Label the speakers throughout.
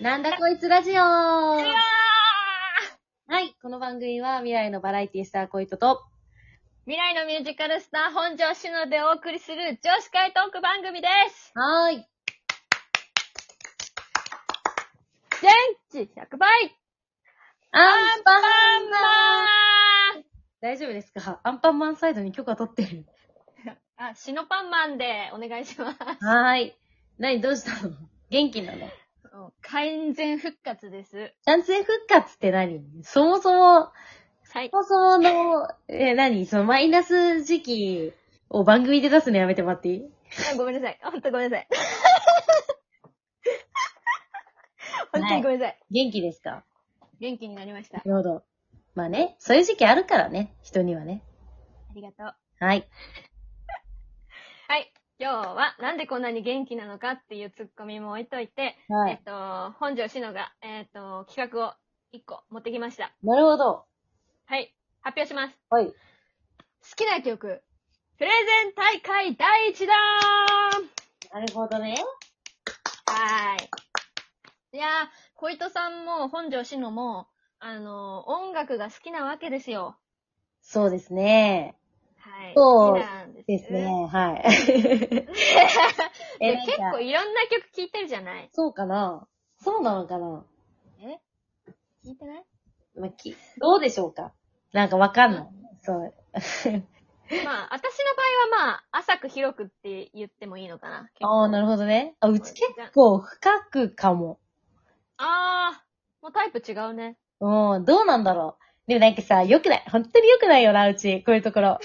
Speaker 1: なんだこいつラジオはい
Speaker 2: やー
Speaker 1: い、この番組は未来のバラエティスターコイトと、
Speaker 2: 未来のミュージカルスター本庄しのでお送りする女子会トーク番組です
Speaker 1: はーい、
Speaker 2: 電池100倍
Speaker 1: アンパン
Speaker 2: バンバ
Speaker 1: マン大丈夫ですかアンパンマンサイドに許可取ってる。
Speaker 2: ーンあ、シノパンマンでお願いします。
Speaker 1: はーい。何、どうしたの元気なの
Speaker 2: うん完全復活です。
Speaker 1: 完全復活って何そもそも、
Speaker 2: はい
Speaker 1: そ。もそもの、え、何そのマイナス時期を番組で出すのやめてもらっていい
Speaker 2: あ ごめんなさい。ほんとごめんな さい。ほんとにごめんなさい。
Speaker 1: 元気ですか
Speaker 2: 元気になりました。あ
Speaker 1: なるほど。まあね、そういう時期あるからね、人にはね。
Speaker 2: りがとう。
Speaker 1: はい。
Speaker 2: はい。今日はなんでこんなに元気なのかっていうツッコミも置いといて、
Speaker 1: は
Speaker 2: えっ。と、本庄しのが、えっと、企画を1個持ってきました。
Speaker 1: なるほど。
Speaker 2: はい。発表します。
Speaker 1: はい。
Speaker 2: 好きな曲、プレゼン大会第1弾
Speaker 1: なるほどね。
Speaker 2: はーい。いやー、小糸さんも本庄しのも、あのー音楽が好きなわけですよ。
Speaker 1: そうですね。
Speaker 2: はい。
Speaker 1: そう
Speaker 2: 好きなんです
Speaker 1: ですね。。 はい。
Speaker 2: で
Speaker 1: なんか
Speaker 2: 結構いろんな曲聴いてるじゃない
Speaker 1: そうかなそうなのかな
Speaker 2: え聴いてない
Speaker 1: まあ、 き、どうでしょうかなんかわかんない。そう。
Speaker 2: まあ、私の場合はまあ、浅く広くって言ってもいいのかな。
Speaker 1: ああ、なるほどね。あ、うち結構深くかも。
Speaker 2: あー、もうタイプ違うね。
Speaker 1: うん、どうなんだろう。でもなんかさ、良くない。本当に良くないよな、うち。こういうとこ ろ。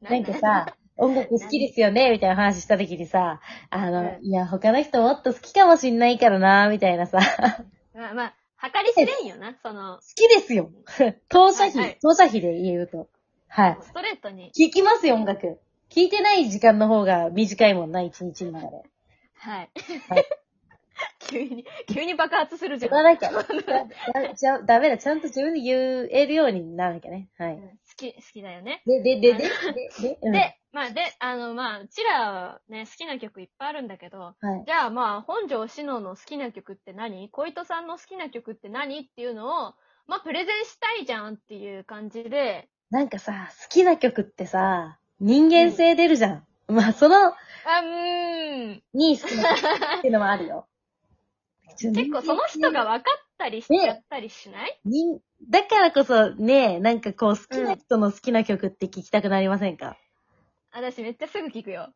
Speaker 1: なんかさ、音楽好きですよね、みたいな話した時にさ、あの、
Speaker 2: う
Speaker 1: いや、他の人もっと好きかもしんないからな、みたいなさ、 好
Speaker 2: まあまあ、計り知れんよな、その、
Speaker 1: きですよ。当社費、
Speaker 2: はいはい
Speaker 1: 当社費で言うと。はい。
Speaker 2: ストレートに。
Speaker 1: 聞きますよ、音楽。聞いてない時間の方が短いもんな、一日の中 で。
Speaker 2: はい
Speaker 1: はい。
Speaker 2: 急に、急に爆発するじゃ
Speaker 1: 言
Speaker 2: ん。う
Speaker 1: わ
Speaker 2: ん
Speaker 1: なきゃ。だだちゃダメだ、ちゃんと自分で言えるようにならなきゃね。はい
Speaker 2: 好。き、好きだよね。
Speaker 1: で、で、で、で、で、で、うん
Speaker 2: で、まあ、で、あの、まあ、うちらはね、好きな曲いっぱいあるんだけど、
Speaker 1: はい。
Speaker 2: じゃあまあ、本庄志乃の好きな曲って何小糸さんの好きな曲って何っていうのを、まあ、プレゼンしたいじゃんっていう感じで、
Speaker 1: なんかさ、好きな曲ってさ、人間性出るじゃん。まあ、その、
Speaker 2: あ、うーん。
Speaker 1: に好きな曲っていうのもある よ。
Speaker 2: 結構その人が分かったりしちゃったりしない、
Speaker 1: 人だからこそね、なんかこう好きな人の好きな曲って聞きたくなりませんか、
Speaker 2: 私めっちゃすぐ聞くよ。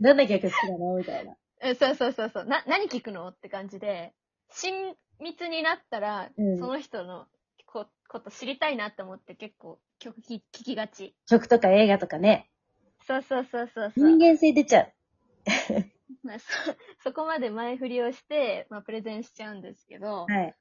Speaker 1: どんな曲好きなのみたいな。
Speaker 2: うんそうそうそうそう。な、何聞くのって感じで、親密になったら、
Speaker 1: うん
Speaker 2: その人のここと知りたいなって思って結構曲聴きがち。
Speaker 1: 曲とか映画とかね。
Speaker 2: そうそうそうそうそう。
Speaker 1: 人間性出ちゃう。
Speaker 2: まあそ、そこまで前振りをして、まあ、プレゼンしちゃうんですけ
Speaker 1: は
Speaker 2: ど、
Speaker 1: い。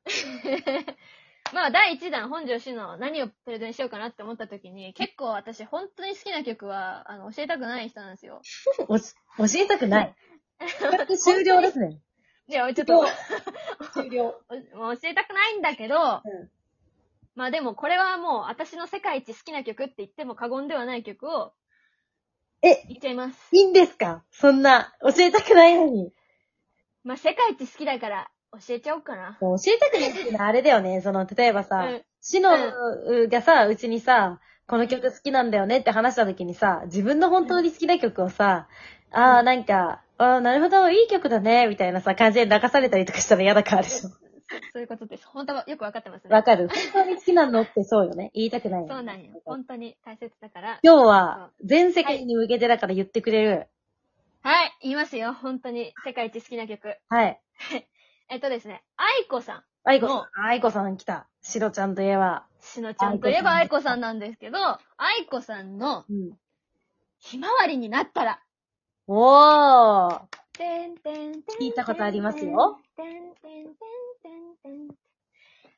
Speaker 2: まあ、第1弾、本庄氏の何をプレゼンしようかなって思った時に、結構私、本当に好きな曲は、あの、教えたくない人なんですよ。
Speaker 1: おし教えたくない。企画終了ですね。
Speaker 2: じゃあ、ちょっと、
Speaker 1: 終了。
Speaker 2: おもう教えたくないんだけど、まあでもこれはもう私の世界一好きな曲って言っても過言ではない曲を
Speaker 1: え、
Speaker 2: 言っちゃいます。
Speaker 1: いいんですかそんな、教えたくないのに。
Speaker 2: まあ世界一好きだから教えちゃおうかな。
Speaker 1: 教えたくないっていうのはあれだよね。その、例えばさ、
Speaker 2: うん
Speaker 1: シノがさ、うちにさ、この曲好きなんだよねって話した時にさ、自分の本当に好きな曲をさ、ああ、なんか、ああ、なるほど、いい曲だね、みたいなさ、感じで泣かされたりとかしたら嫌だからでしょ。
Speaker 2: そういうことです。本当はよくわかってますね。
Speaker 1: わかる。本当に好きなのってそうよね。言いたくないよね。
Speaker 2: そうなんよ。本当に大切だから。
Speaker 1: 今日は、全世界に向けてだから言ってくれる。
Speaker 2: はい、言いますよ。本当に世界一好きな曲。
Speaker 1: はい。
Speaker 2: えっとですね、愛子さん。
Speaker 1: 愛子
Speaker 2: も
Speaker 1: さん、愛子さん来た。シロちゃんといえば。
Speaker 2: しのちゃんといえば
Speaker 1: 愛
Speaker 2: 愛子さんなんですけど、愛子さんの
Speaker 1: うん。
Speaker 2: ひまわりになったら、
Speaker 1: おー。
Speaker 2: 聞
Speaker 1: 聞いたことありますよ。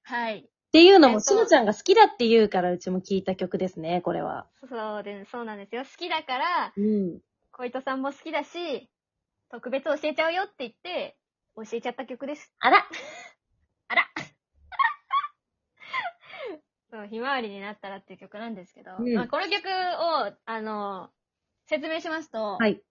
Speaker 2: はい。
Speaker 1: っていうのも、
Speaker 2: えっ
Speaker 1: し
Speaker 2: と
Speaker 1: のちゃんが好きだって言うから、うちも聞いた曲ですね、これは。
Speaker 2: そうで、そうなんですよ。好きだから、
Speaker 1: うん。
Speaker 2: 小糸さんも好きだし、特別教えちゃうよって言って、教えちゃった曲です。
Speaker 1: あ ら
Speaker 2: そう、ひまわりになったらっていう曲なんですけど、
Speaker 1: うん
Speaker 2: まあ、この曲を、あの、説明しますと、
Speaker 1: はい。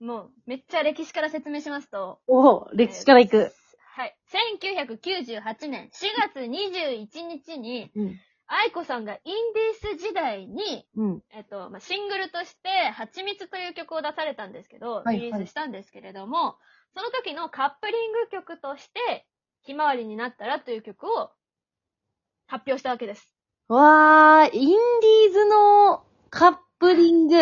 Speaker 2: もう、めっちゃ歴史から説明しますと、
Speaker 1: おお、歴史からいく。
Speaker 2: はい。1998年4月21日に、
Speaker 1: うん。
Speaker 2: 愛子さんがインディース時代に、
Speaker 1: うん。
Speaker 2: えっと、まあ、シングルとして、蜂蜜という曲を出されたんですけど
Speaker 1: は、い
Speaker 2: リリースしたんですけれども、その時のカップリング曲として、ひまわりになったらという曲を発表したわけです。
Speaker 1: わー、インディーズのカップリング。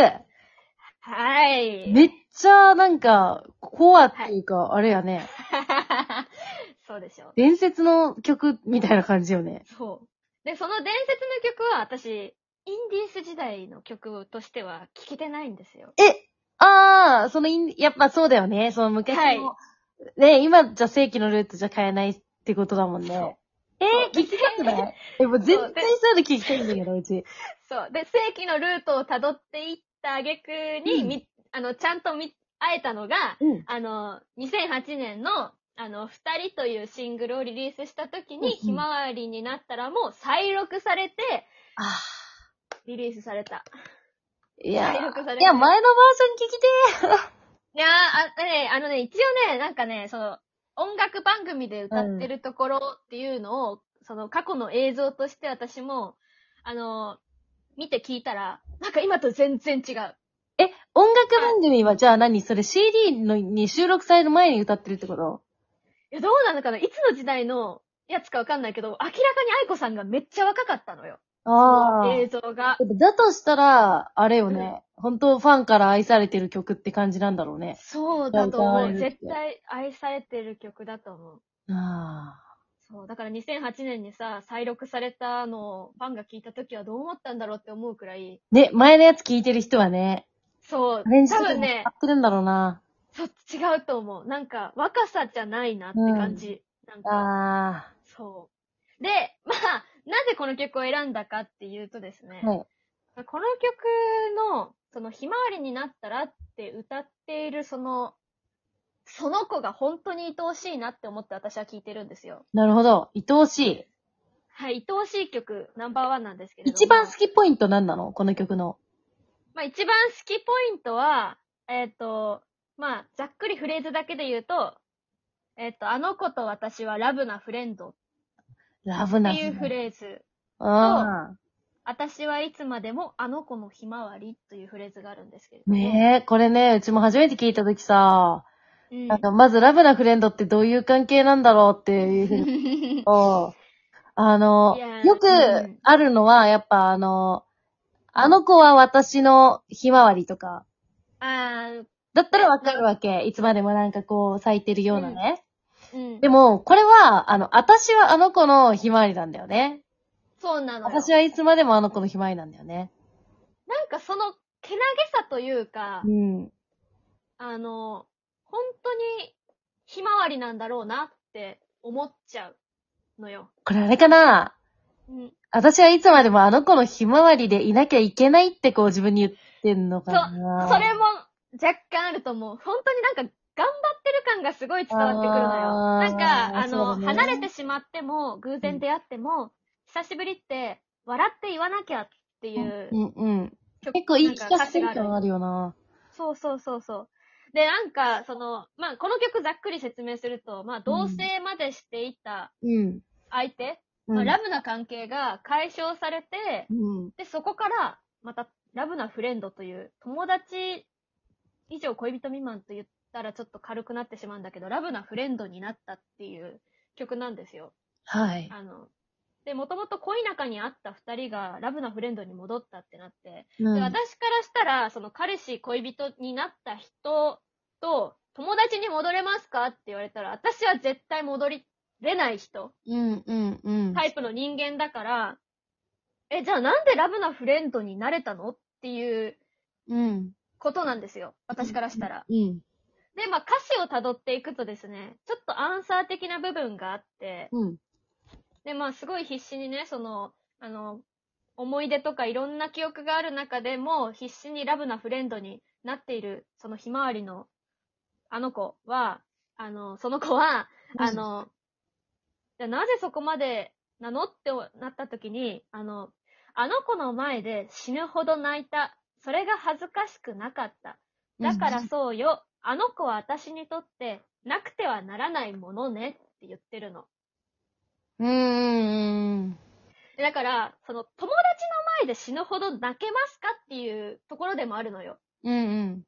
Speaker 2: はい。
Speaker 1: めっちゃ、なんか、コアっていうか、あれやね、
Speaker 2: そうでしょう。
Speaker 1: 伝説の曲みたいな感じよね。
Speaker 2: そう。で、その伝説の曲は私、インディース時代の曲としては聴けてないんですよ。
Speaker 1: あー、そのイン、やっぱそうだよね。その昔の、
Speaker 2: はい
Speaker 1: ね、今じゃ正規のルートじゃ買えないってことだもんね。えー、
Speaker 2: そ
Speaker 1: 聞
Speaker 2: う
Speaker 1: きたくないえ、もう絶対
Speaker 2: そ
Speaker 1: そ
Speaker 2: うで
Speaker 1: ういうの聞きたいんだけど、うち。
Speaker 2: そう。で、正規のルートを辿っていった挙句に、
Speaker 1: うん
Speaker 2: み、あの、ちゃんと見、会えたのが、
Speaker 1: うん。
Speaker 2: あの、2008年の、あの、二人というシングルをリリースした時
Speaker 1: うんうん
Speaker 2: に、ひまわりになったらもう再録されて、
Speaker 1: あ
Speaker 2: リリースされた。
Speaker 1: ー。いや
Speaker 2: 再録され
Speaker 1: ー、
Speaker 2: る
Speaker 1: いや、前のバージョン聞きて
Speaker 2: いやー、あ、ね、あのね、一応ね、なんかね、その、音楽番組で歌ってるところっていうのを、その過去の映像として私も、あの、見て聞いたら、なんか今と全然違う。
Speaker 1: え、音楽番組はじゃあ何それ CD のに収録される前に歌ってるってこと
Speaker 2: いや、どうなのかないつの時代のやつかわかんないけど、明らかに愛子さんがめっちゃ若かったのよ。
Speaker 1: あ
Speaker 2: 映像が。
Speaker 1: だとしたら、あれよね、本当ファンから愛されてる曲って感じなんだろうね。
Speaker 2: そうだと思
Speaker 1: 歌われ
Speaker 2: う。
Speaker 1: るって
Speaker 2: 絶対愛されてる曲だと思う。
Speaker 1: あ
Speaker 2: そう。だから2008年にさ、再録されたのをファンが聞いた時はどう思ったんだろうって思うくらい。
Speaker 1: ーね、前のやつ聞いてる人はね、
Speaker 2: そう。
Speaker 1: アレンジ
Speaker 2: 多
Speaker 1: とか
Speaker 2: 分
Speaker 1: も
Speaker 2: ね
Speaker 1: や、ってるんだろうな。
Speaker 2: そう、違うと思う。なんか、若さじゃないなって感じ。なんか、
Speaker 1: あ
Speaker 2: そう。で、まあ、なぜこの曲を選んだかっていうとですね、
Speaker 1: あ、はい。
Speaker 2: この曲の、その、ひまわりになったらって歌っている、その、その子が本当に愛おしいなって思って私は聴いてるんですよ。
Speaker 1: なるほど。愛おしい。
Speaker 2: はい、愛おしい曲ナンバーワンなんですけれども。
Speaker 1: 一番好きポイント何なのこの曲の。
Speaker 2: まあ一番好きポイントは、えっ、と、まあ、ざっくりフレーズだけで言うと、えっ、と、あの子と私はラブなフレンドっ
Speaker 1: ラブな。
Speaker 2: ていうフレーズ。
Speaker 1: ああ。
Speaker 2: 私はいつまでもあの子のひまわりというフレーズがあるんですけれども。
Speaker 1: ねえ、これね、うちも初めて聞いたときさ、
Speaker 2: うん
Speaker 1: なんかまずラブなフレンドってどういう関係なんだろうっていうふうにおう あの
Speaker 2: いや、ー
Speaker 1: よく
Speaker 2: うん
Speaker 1: あるのは、やっぱあの、あの子は私のひまわりとか、
Speaker 2: あー
Speaker 1: だったらわかるわけ。いつまでもなんかこう咲いてるようなね。
Speaker 2: うん
Speaker 1: で。も、これは、あの、私はあの子のひまわりなんだよね。
Speaker 2: そうなのよ。
Speaker 1: 私はいつまでもあの子のひまわりなんだよね。
Speaker 2: なんかその、けなげさというか、
Speaker 1: うん。
Speaker 2: あの、本当に、ひまわりなんだろうなって思っちゃうのよ。
Speaker 1: これあれかな
Speaker 2: うん。
Speaker 1: 私はいつまでもあの子のひまわりでいなきゃいけないってこう自分に言ってんのかな。
Speaker 2: それも、若干あると思う。本当になんか、頑張ってる感がすごい伝わってくるのよ。
Speaker 1: あ
Speaker 2: な
Speaker 1: ー
Speaker 2: んか、あの、
Speaker 1: そうだね
Speaker 2: 離れてしまっても、偶然出会っても、久しぶりって、笑って言わなきゃっていう
Speaker 1: うんうん。
Speaker 2: 曲
Speaker 1: 結構言い
Speaker 2: なん
Speaker 1: 聞
Speaker 2: か
Speaker 1: かせてる
Speaker 2: 歌詞があ
Speaker 1: 感あるよな。
Speaker 2: そうそうそうそう。で、なんか、その、まあ、この曲ざっくり説明すると、まあ、同棲までしていた
Speaker 1: うん。
Speaker 2: 相手、
Speaker 1: うん
Speaker 2: まあ、ラブな関係が解消されて、
Speaker 1: うん。
Speaker 2: で、そこから、また、ラブなフレンドという、友達以上恋人未満と言ったらちょっと軽くなってしまうんだけど、ラブなフレンドになったっていう曲なんですよ。
Speaker 1: はい。
Speaker 2: あの、で、もともと恋仲にあった二人が、ラブなフレンドに戻ったってなって、
Speaker 1: うん
Speaker 2: で私からしたら、その彼氏、恋人になった人と、友達に戻れますかって言われたら、私は絶対戻りれない人、
Speaker 1: うんうんうん。
Speaker 2: タイプの人間だから、え、じゃあなんでラブなフレンドになれたのっていう
Speaker 1: うん。
Speaker 2: ことなんですよ。私からしたら。
Speaker 1: うん。
Speaker 2: で、まあ歌詞を辿っていくとですね、ちょっとアンサー的な部分があって、
Speaker 1: うん。
Speaker 2: で、まあすごい必死にね、その、あの、思い出とかいろんな記憶がある中でも、必死にラブなフレンドになっている、そのひまわりの、あの子は、あの、その子は、あの、じゃあなぜそこまでなのってなった時に、あの、あの子の前で死ぬほど泣いた。それが恥ずかしくなかった。だからそうよ。あの子は私にとってなくてはならないものねってって言ってるの。
Speaker 1: うーん。
Speaker 2: でだから、その、友達の前で死ぬほど泣けますかっていうところでもあるのよ。
Speaker 1: うんうん。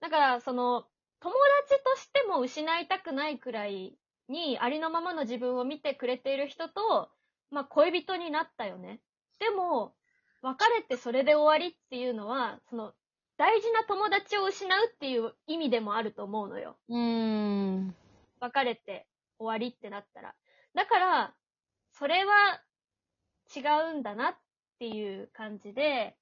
Speaker 2: だから、その、友達としても失いたくないくらいに、ありのままの自分を見てくれている人と、まあ、恋人になったよね。でも、別れてそれで終わりっていうのは、その、大事な友達を失うっていう意味でもあると思うのよ。
Speaker 1: うーん。
Speaker 2: 別れて終わりってなったら。だから、それは違うんだなっていう感じで、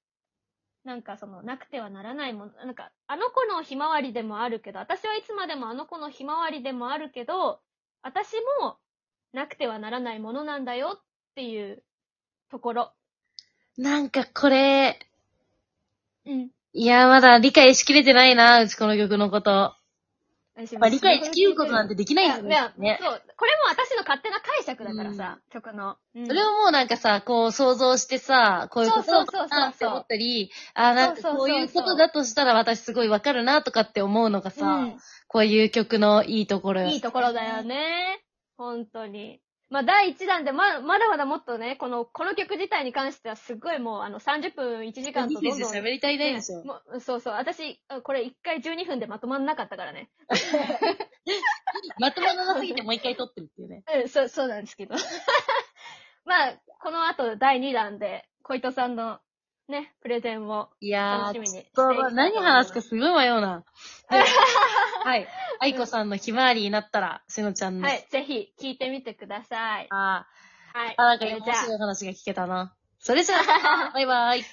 Speaker 2: なんかその、なくてはならないもの、なんか、あの子のひまわりでもあるけど、私はいつまでもあの子のひまわりでもあるけど、私もなくてはならないものなんだよっていうところ。
Speaker 1: なんかこれ、
Speaker 2: うん。
Speaker 1: いや、まだ理解しきれてないな、うちこの曲のこと。
Speaker 2: 私
Speaker 1: やっぱ理解しきることなん
Speaker 2: て
Speaker 1: てできないん
Speaker 2: いや
Speaker 1: だ、
Speaker 2: いや
Speaker 1: ね。
Speaker 2: そう。これも私の勝手な解釈だからさ、曲の。うん
Speaker 1: それをもうなんかさ、こう想像してさ、こういうこと
Speaker 2: そうそうそうそう
Speaker 1: だなって思ったり、あーなんかこういうことだとしたら私すごいわかるなとかって思うのがさ、
Speaker 2: うん
Speaker 1: こういう曲のいいところよ
Speaker 2: いいところだよね。本当に。まあ、第1弾でま、まだまだもっとね、この、この曲自体に関してはすっごいもう、あの、30分1時間とどんど
Speaker 1: ミ
Speaker 2: ん、
Speaker 1: セス喋り足りないでしょ。
Speaker 2: もうそうそう。私、あこれ1回12分でまとまんなかったからね。
Speaker 1: まとまらなすぎてもう一回撮ってるっていうね。
Speaker 2: うん、そう、そうなんですけど。 まあ、この後第2弾で、小糸さんのね、プレゼンを。
Speaker 1: いやー、
Speaker 2: 楽しみにしていきたいと思い
Speaker 1: そう
Speaker 2: ます
Speaker 1: 何話すかすごい迷う な。でもはい。愛子さんのひまわりになったら、しのちゃんの。
Speaker 2: はい、ぜひ聞いてみてください。
Speaker 1: あー
Speaker 2: はい。
Speaker 1: あ、なんか
Speaker 2: え
Speaker 1: 面
Speaker 2: ーじゃあ
Speaker 1: 白い話が聞けたな。それじゃあ、バイバイ。